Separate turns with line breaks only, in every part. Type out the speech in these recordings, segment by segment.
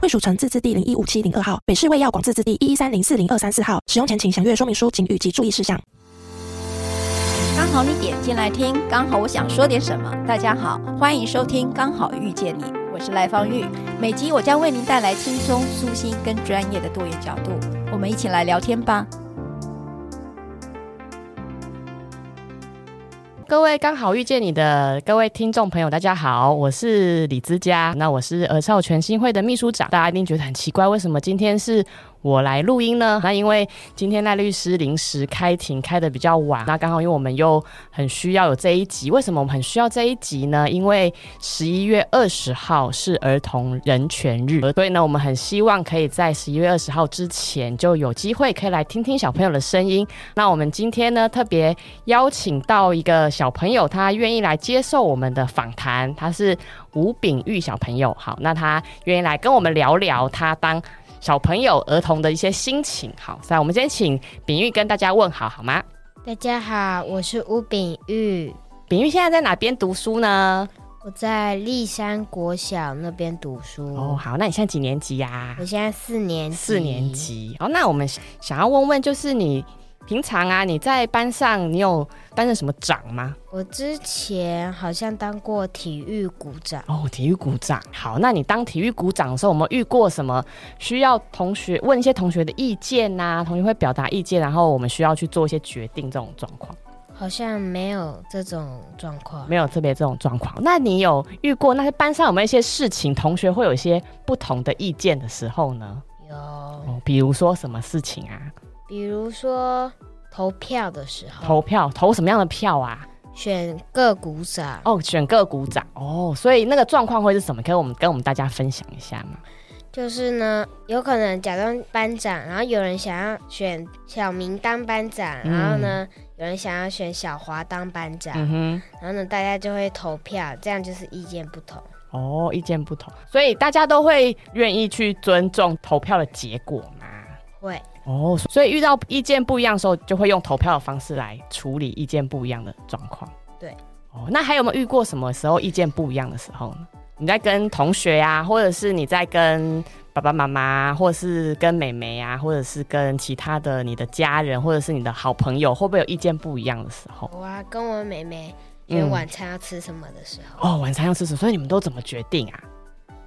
惠蜀城自治地零一五七零二号，北市卫药广自治地一一三零四零二三四号。使用前请详阅说明书请及注意事项。
刚好你点进来听，刚好我想说点什么。大家好，欢迎收听《刚好遇见你》，我是赖芳玉。每集我将为您带来轻松、舒心跟专业的多元角度，我们一起来聊天吧。
各位刚好遇见你的各位听众朋友，大家好，我是李之佳，那我是儿少全新会的秘书长。大家一定觉得很奇怪，为什么今天是我来录音呢？那因为今天赖律师临时开庭开的比较晚，那刚好因为我们又很需要有这一集。为什么我们很需要这一集呢？因为十一月二十号是儿童人权日，所以呢，我们很希望可以在十一月二十号之前就有机会可以来听听小朋友的声音。那我们今天呢，特别邀请到一个小朋友，他愿意来接受我们的访谈，他是吴炳玉小朋友。好，那他愿意来跟我们聊聊他当小朋友、儿童的一些心情。好，所以我们先请炳玉跟大家问好，好吗？
大家好，我是吴炳玉，
炳玉现在在哪边读书呢？
我在立山国小那边读书。
哦，好，那你现在几年级呀、
我现在四年级
四年。级。好，那我们想要问问，就是你平常啊，你在班上你有担任什么长吗？
我之前好像当过体育股长，
哦，体育鼓掌。好，那你当体育鼓掌的时候，有没有遇过什么需要同学问一些同学的意见呐、同学会表达意见，然后我们需要去做一些决定这种状况？
好像没有这种状况。
没有特别这种状况。那你有遇过那些班上有没有一些事情，同学会有一些不同的意见的时候呢？
有，
哦，比如说什么事情啊？
比如说投票的时候，
投票投什么样的票啊？
选个股长，
哦，选个鼓掌哦，所以那个状况会是什么？可以我们跟我们大家分享一下吗？
就是呢，有可能假装班长，然后有人想要选小明当班长，
嗯
然后呢，有人想要选小华当班长。
嗯
然后呢，大家就会投票，这样就是意见不同。
哼，哦，意见不同，所以大家都会愿意去尊重投票的结果嘛？
会，
哦，所以遇到意见不一样的时候，就会用投票的方式来处理意见不一样的状况。
对，
哦，那还有没有遇过什么时候意见不一样的时候呢？你在跟同学呀、或者是你在跟爸爸妈妈，或者是跟妹妹啊，或者是跟其他的你的家人，或者是你的好朋友，会不会有意见不一样的时候？
我啊跟我妹妹
嗯
选晚餐要吃什么的时候，
哦，晚餐要吃什么？所以你们都怎么决定啊？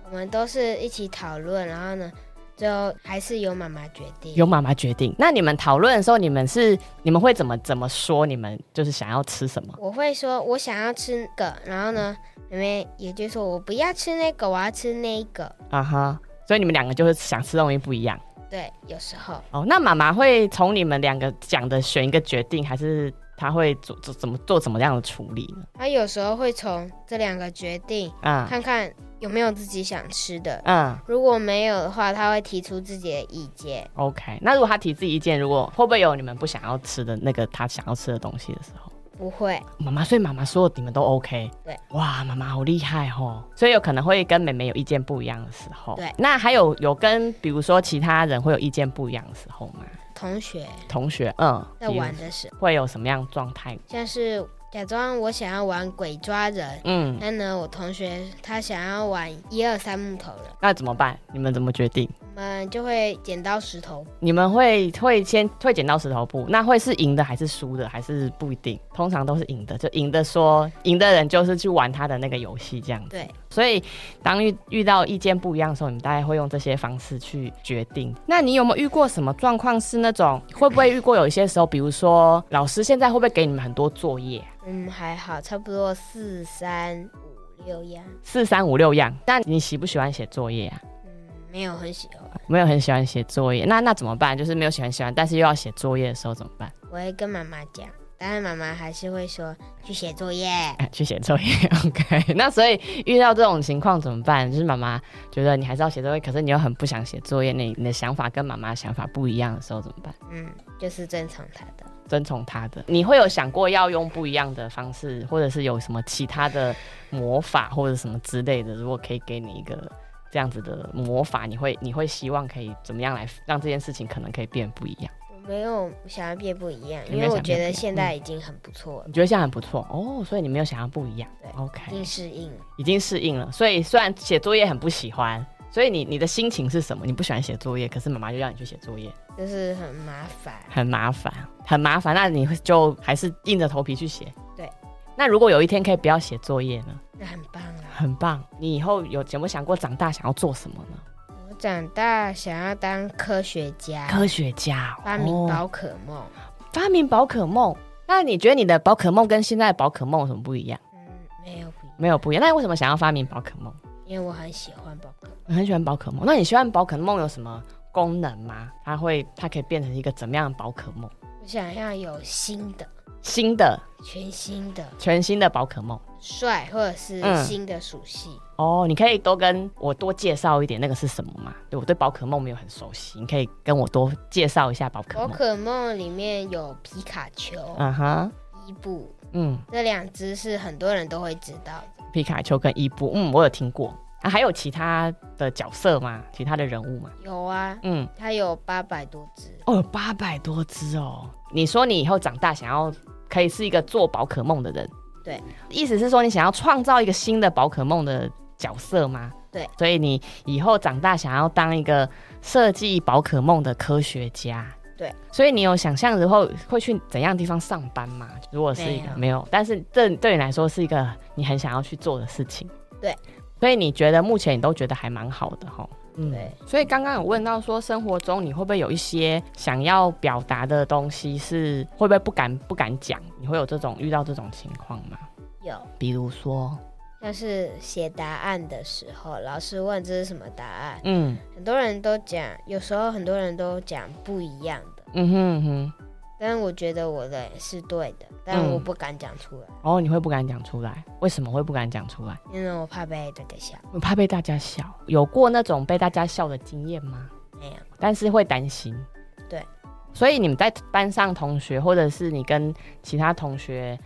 我们都是一起讨论，然后呢，最后还是由妈妈决定。
由妈妈决定。那你们讨论的时候，你们是你们会怎么怎么说？你们就是想要吃什么？
我会说我想要吃那个，然后呢，妹妹也就说我不要吃那个，我要吃那个。
啊哈，所以你们两个就是想吃的东西不一样。
对，有时候
哦，那妈妈会从你们两个讲的选一个决定，还是她会做做怎么做怎么样的处理呢？
她有时候会从这两个决定
啊、
看看有没有自己想吃的，
嗯
如果没有的话，她会提出自己的意见。
，OK。那如果她提自己意见，如果会不会有你们不想要吃的那个她想要吃的东西的时候？
不会，
妈妈，所以妈妈说你们都 OK。
对，
哇，妈妈好厉害哦！所以有可能会跟妹妹有意见不一样的时候。
对
那还有有跟比如说其他人会有意见不一样的时候吗？
同学
同学，嗯，
在
比如
玩的时候。
会有什么样的状态？
像是假装我想要玩鬼抓人，
嗯，
但呢，我同学他想要玩一二三木头人，
那怎么办？你们怎么决定？
我们就会剪刀石头布。
你们会会先会剪刀石头布，那会是赢的还是输的还是不一定？通常都是赢的，就赢的说赢的人就是去玩他的那个游戏这样子。
对，
所以当遇遇到意见不一样的时候，你们大概会用这些方式去决定。那你有没有遇过什么状况是那种会不会遇过有一些时候，比如说老师现在会不会给你们很多作业啊，
嗯，还好，差不多四三五六样，
四三五六样？那你喜不喜欢写作业啊？
嗯，没有很啊喜欢。
没有很喜欢写作业，那那怎么办？就是没有喜欢喜欢，但是又要写作业的时候怎么办？
我会跟妈妈讲，但是妈妈还是会说去写作业。
哎去写作业。OK，那所以遇到这种情况怎么办？就是妈妈觉得你还是要写作业，可是你又很不想写作业，你你的想法跟妈妈想法不一样的时候怎么办？
嗯，就是遵从她的。
遵从她的，你会有想过要用不一样的方式，或者是有什么其他的魔法或者什么之类的？如果可以给你一个这样子的魔法，你会你会希望可以怎么样来让这件事情可能可以变不一样？
我没有想要变不一样，
你
因
没有
为我
想
觉
变
得
不一样
现在已经很不错了，
你觉得现在很不错哦，所以你没有想要不一样。
对
OK，
已经适应了。
已经适应了，所以虽然写作业很不喜欢，所以你你的心情是什么？你不喜欢写作业，可是妈妈就让你去写作业，
就是很麻烦。
很麻烦，很麻烦。那你会就还是硬着头皮去写。
对。
那如果有一天可以不要写作业呢？
那很棒啊！
很棒。你以后有有没有想过长大想要做什么呢？
我长大想要当科学家，
科学家哦、
哎发明
哦
宝可梦。
发明宝可梦。那你觉得你的宝可梦跟现在的宝可梦有什么不一样？
嗯，没有不一样，
没有不一样。那你为什么想要发明宝可梦？
因为我很喜欢宝可梦。
我很喜欢宝可梦。那你喜欢宝可梦有什么功能吗？它会，它可以变成一个怎么样的宝可梦？
我想要有新的、
新的、
全新的
全新的宝可梦
帅，或者是
嗯
新的属性。
哦。你可以多跟我多介绍一点那个是什么吗？对我对宝可梦没有很熟悉，你可以跟我多介绍一下宝可
宝
梦。
可梦里面有皮卡丘、
嗯哼，
伊布
嗯，
这两只是很多人都会知道的。
皮卡丘跟伊布，嗯，我有听过。啊，还有其他的角色吗？其他的人物吗？
有啊，
嗯，
它有八百多只。
哦，有八百多只哦。你说你以后长大想要可以是一个做宝可梦的人，
对，
意思是说你想要创造一个新的宝可梦的角色吗？
对，
所以你以后长大想要当一个设计宝可梦的科学家。
对，
所以你有想象之后会去怎样的地方上班吗？如果是一
没
个
有
没有，但是这对你来说是一个你很想要去做的事情。
对，
所以你觉得目前你都觉得还蛮好的哈。嗯
对，
所以刚刚有问到说，生活中你会不会有一些想要表达的东西是会不会不敢不敢讲？你会有这种遇到这种情况吗？
有，
比如说，
像是写答案的时候，老师问这是什么答案，
嗯
很多人都讲，有时候很多人都讲不一样的，
嗯哼嗯哼，
但我觉得我的是对的，但
嗯
我不敢讲出来，
哦，你会不敢讲出来？为什么会不敢讲出来？
因为我怕被大家笑。
嗯我怕被大家笑。有过那种被大家笑的经验吗？
没有，
但是会担心。
对，
所以你们在班上同学，或者是你跟其他同学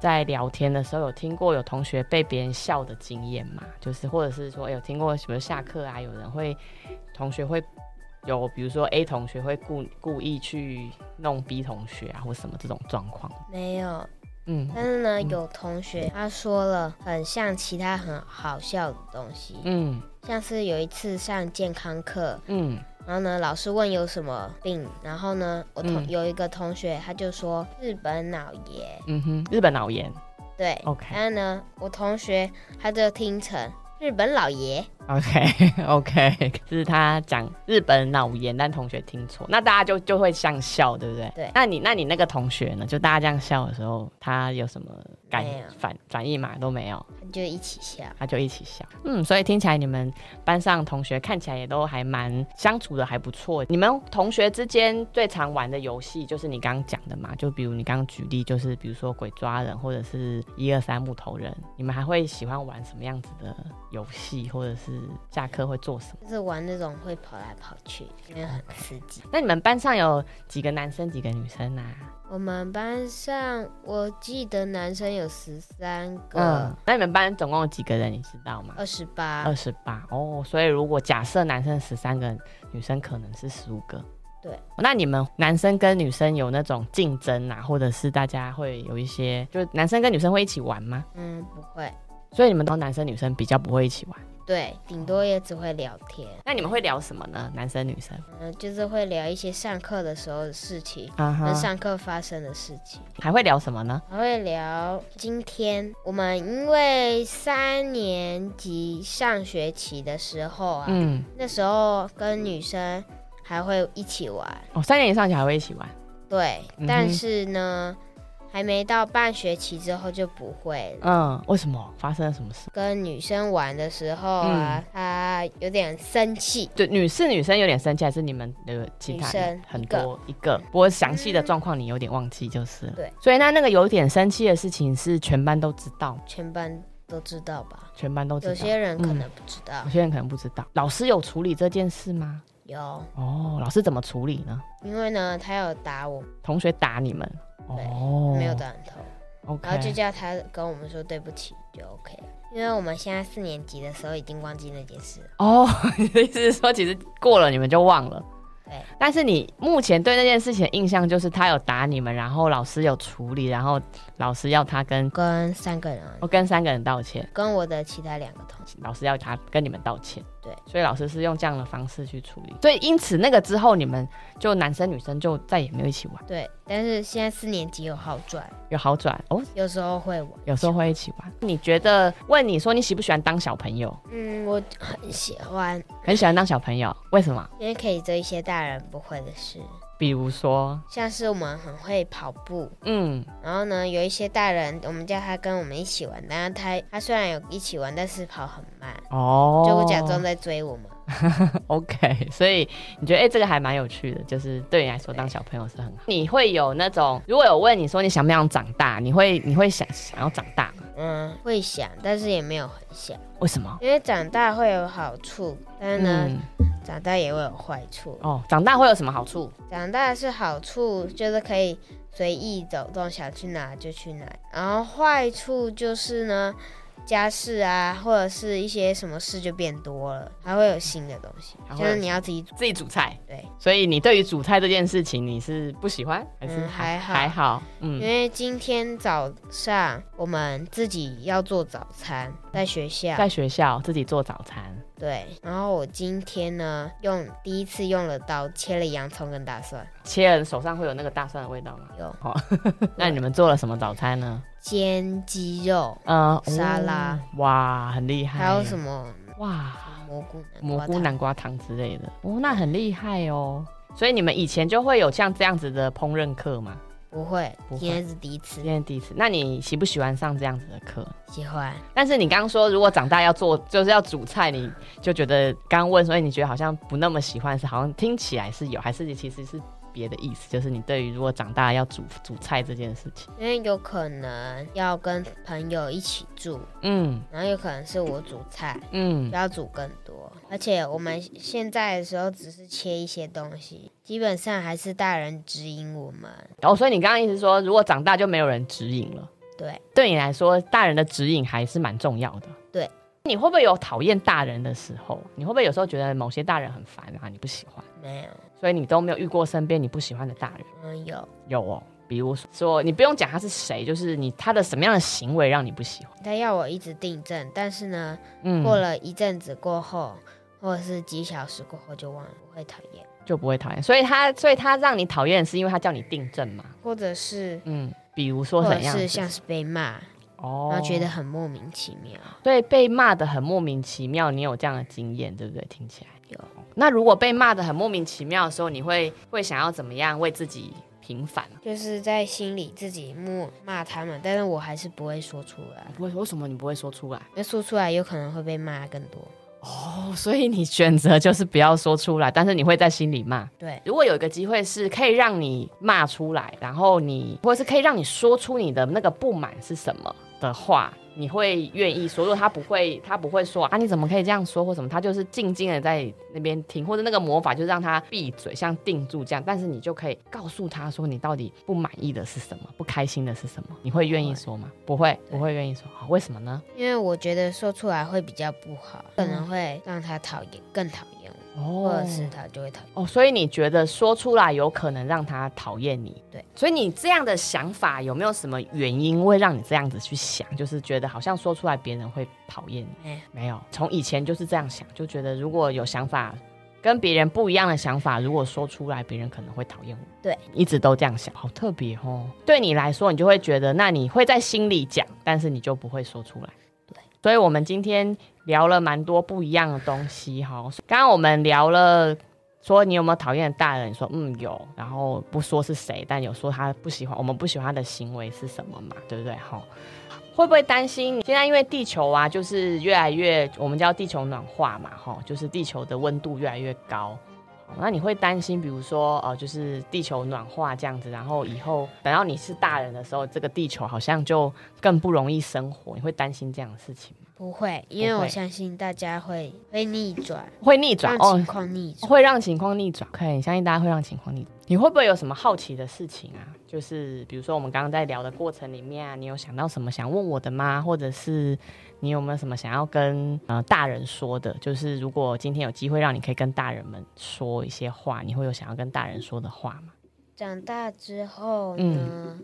在聊天的时候，有听过有同学被别人笑的经验吗？就是或者是说，有听过什么下课啊，有人会同学会有，比如说 A 同学会故故意去弄 B 同学啊，或什么这种状况。
没有。
嗯
但是呢，
嗯
有同学他说了很像其他很好笑的东西，
嗯
像是有一次上健康课，
嗯
然后呢，老师问有什么病，然后呢，我同、
嗯
有一个同学他就说日本脑炎，
嗯哼，日本脑炎。
对
OK
然后呢，我同学他就听成日本老爷，
OK OK，是他讲日本脑炎，但同学听错，那大家就就会这样笑，对不对？
对
那你那你那个同学呢？就大家这样笑的时候，他有什么感
没有
反反应嘛？都没有，
他就一起笑。
他就一起笑。嗯，所以听起来你们班上同学看起来也都还蛮相处的还不错。你们同学之间最常玩的游戏就是你刚刚讲的嘛，就比如你刚刚举例，就是比如说鬼抓人或者是一二三木头人，你们还会喜欢玩什么样子的游戏，或者是下课会做什么？
就是玩那种会跑来跑去，因为很刺激。
那你们班上有几个男生，几个女生啊？
我们班上我记得男生有十三
嗯
个，，
那你们班总共有几个人，你知道吗？
二十八
二，十八哦，所以如果假设男生十三个，女生可能是十五个。哦
对，
那你们男生跟女生有那种竞争啊，或者是大家会有一些，就是男生跟女生会一起玩吗？
嗯，不会，
所以你们都男生女生比较不会一起玩。
对，顶多也只会聊天，
那你们会聊什么呢？男生女生？
嗯，就是会聊一些上课的时候的事情。
啊
跟，上课发生的事情，
还会聊什么呢？
还会聊今天我们因为三年级上学期的时候啊，
嗯，
那时候跟女生还会一起玩，
哦，三年以上小孩会一起玩。
对，
嗯哼
但是呢，还没到半学期之后就不会了。
嗯，为什么发生了什么事？
跟女生玩的时候啊，
嗯
她有点生气，
对，女是女生有点生气，还是你们的其他人
女生
很多一个？不过详细的状况你有点忘记就是了。
嗯对，
所以那那个有点生气的事情是全班都知道，
全班都知道吧？
全班都知道。
有些人可
嗯
能不知道
有，些人可能不知道，老师有处理这件事吗？
有，
哦，老师怎么处理呢？
因为呢，她有打我，
同学打你们？
对
哦，
没有打人头，
OK，
然后就叫她跟我们说对不起就 OK 了。因为我们现在四年级的时候已经忘记那件事了，
哦，你的意思是说，其实过了你们就忘了。
对。
但是你目前对那件事情的印象就是他有打你们，然后老师有处理，然后老师要他跟
跟三个人啊，
我跟三个人道歉，
跟我的其他两个同学，
老师要他跟你们道歉。
对。
所以老师是用这样的方式去处理，所以因此那个之后你们就男生女生就再也没有一起玩，
对，但是现在四年级有好转，
有好转哦。
有时候会玩，
有时候会一起玩。你觉得问你说你喜不喜欢当小朋友？
嗯，我很喜欢，
很喜欢当小朋友，为什么？
因为可以做一些大人不会的事，
比如说，
像是我们很会跑步，
嗯，
然后呢，有一些大人我们叫他跟我们一起玩，但是他他虽然有一起玩，但是跑很慢，
哦，
就会假装在追我们。
OK，所以你觉得哎、诶这个还蛮有趣的，就是对你来说当小朋友是很好。你会有那种，如果有问你说你想不想长大，你会你会想想要长大吗，
嗯，会想，但是也没有很想，
为什么？
因为长大会有好处，但是
嗯
呢，，长大也会有坏处。
哦，长大会有什么好处？
长大是好处，就是可以随意走动，想去哪就去哪。然后坏处就是呢，家事啊，或者是一些什么事就变多了，还会有新的东西
还，会
就
有
是你要自己煮。
自己煮菜。
对，
所以你对于煮菜这件事情，你是不喜欢还是
嗯还好
还好，
因
嗯，
为今天早上我们自己要做早餐，在学校。
在学校自己做早餐。
对，然后我今天呢，用第一次用了刀切了洋葱跟大蒜，
切人手上会有那个大蒜的味道吗？
有
哦， 那你们做了什么早餐呢？
煎鸡肉，
呃，
沙拉
哦，哇，很厉害。
还有什？么
哇，
蘑菇南瓜
哎蘑菇
汤
南瓜汤之类的。哦，那很厉害哦。所以你们以前就会有像这样子的烹饪课吗？
不会
不，会
今天是第一次
今，天第一次，那你喜不喜欢上这样子的课？
喜欢。
但是你刚刚说，如果长大要做，就是要煮菜，你就觉得刚刚问，所以你觉得好像不那么喜欢，是好像听起来是有，还是其实是别的意思？就是你对于如果长大要煮煮菜这件事情，
因为有可能要跟朋友一起住，
嗯
然后有可能是我煮菜，
嗯，
要煮更多。而且我们现在的时候只是切一些东西，基本上还是大人指引我们。
然、哦后所以你刚刚意思说，如果长大就没有人指引了，
对，
对你来说，大人的指引还是蛮重要的。
对，
你会不会有讨厌大人的时候？你会不会有时候觉得某些大人很烦啊，你不喜欢，
没有，
所以你都没有遇过身边你不喜欢的大人？
嗯，有。
有哦，比如说你不用讲他是谁，就是你他的什么样的行为让你不喜欢？
他要我一直订正，但是呢，
嗯
过了一阵子过后，或者是几小时过后就忘了，我会讨厌。
就不会讨厌。所以他，所以他让你讨厌是因为他叫你订正嘛？
或者是，
嗯，比如说
或
怎
者
样？
是像是被骂，
哦
然后觉得很莫名其妙。
对被骂的很莫名其妙，你有这样的经验对不对？听起来
有。
那如果被骂的很莫名其妙的时候，你会会想要怎么样为自己平反？
就是在心里自己默骂他们，但是我还是不会说出来，
不会，为什么你不会说出来？
因为说出来有可能会被骂更多。
哦，所以你选择就是不要说出来，但是你会在心里骂。
对，
如果有一个机会是可以让你骂出来，然后你或者是可以让你说出你的那个不满是什么的话，你会愿意说。如果他不会，他不会说啊，你怎么可以这样说或什么，他就是静静的在那边听，或者那个魔法就让他闭嘴，像定住这样。但是你就可以告诉他说你到底不满意的是什么，不开心的是什么。你会愿意说吗？不会，不会愿意说。好，为什么呢？
因为我觉得说出来会比较不好，可能会让他讨厌，更讨厌我，
嗯哦
或者是他就会讨厌。
哦，所以你觉得说出来有可能让他讨厌你？
对，
所以你这样的想法有没有什么原因会让你这样子去想？就是觉得好像说出来别人会讨厌你？
哎，
没有，从以前就是这样想，就觉得如果有想法跟别人不一样的想法，如果说出来，别人可能会讨厌我。
对，
一直都这样想，好特别哦。对你来说，你就会觉得，那你会在心里讲，但是你就不会说出来。
对，
所以我们今天聊了蛮多不一样的东西哈、刚刚我们聊了说你有没有讨厌的大人？你说嗯有，然后不说是谁，但有说他不喜欢，我们不喜欢他的行为是什么嘛，对不对？哈、会不会担心现在因为地球啊，就是越来越我们叫地球暖化嘛，哈、就是地球的温度越来越高。哦那你会担心，比如说，呃，就是地球暖化这样子，然后以后等到你是大人的时候，这个地球好像就更不容易生活，你会担心这样的事情吗？
不会，因为
不会
我相信大家会会逆转，
会逆转
让
哦
情，况逆转。
会让情况逆转。可以，相信大家会让情况逆转。你会不会有什么好奇的事情啊？就是比如说我们刚刚在聊的过程里面啊，你有想到什么想问我的吗？或者是你有没有什么想要跟呃大人说的？就是如果今天有机会让你可以跟大人们说一些话，你会有想要跟大人说的话吗？
长大之后呢，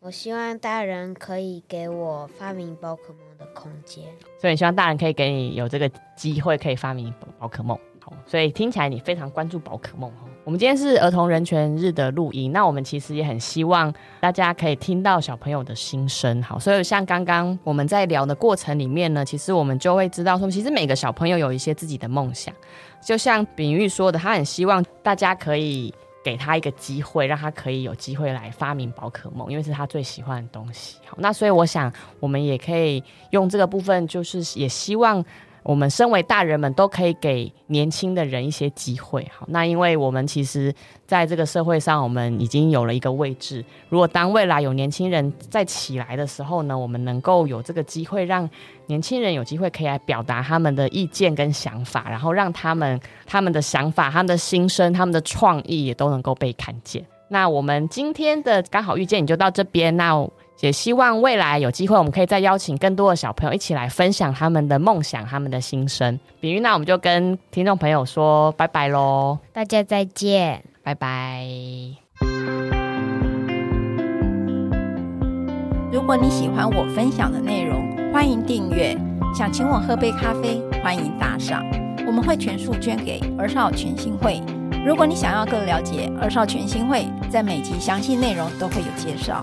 我希望大人可以给我发明宝可梦的空间。
所以你希望大人可以给你有这个机会，可以发明宝宝可梦。好，所以听起来你非常关注宝可梦哦。我们今天是儿童人权日的录音，那我们其实也很希望大家可以听到小朋友的心声。好，所以像刚刚我们在聊的过程里面呢，其实我们就会知道说，其实每个小朋友有一些自己的梦想。就像秉玉说的，他很希望大家可以给他一个机会，让他可以有机会来发明宝可梦，因为是他最喜欢的东西。好，那所以我想，我们也可以用这个部分，就是也希望我们身为大人们都可以给年轻的人一些机会。好，那因为我们其实在这个社会上，我们已经有了一个位置。如果当未来有年轻人再起来的时候呢，我们能够有这个机会，让年轻人有机会可以来表达他们的意见跟想法，然后让他们他们的想法、他们的心声、他们的创意也都能够被看见。那我们今天的刚好遇见你就到这边，那也希望未来有机会，我们可以再邀请更多的小朋友一起来分享他们的梦想、他们的心声。比喻，那我们就跟听众朋友说拜拜喽，
大家再见。
拜拜。
如果你喜欢我分享的内容，欢迎订阅。想请我喝杯咖啡，欢迎打赏，我们会全数捐给儿少全心会。如果你想要更了解儿少全心会，在每集详细内容都会有介绍。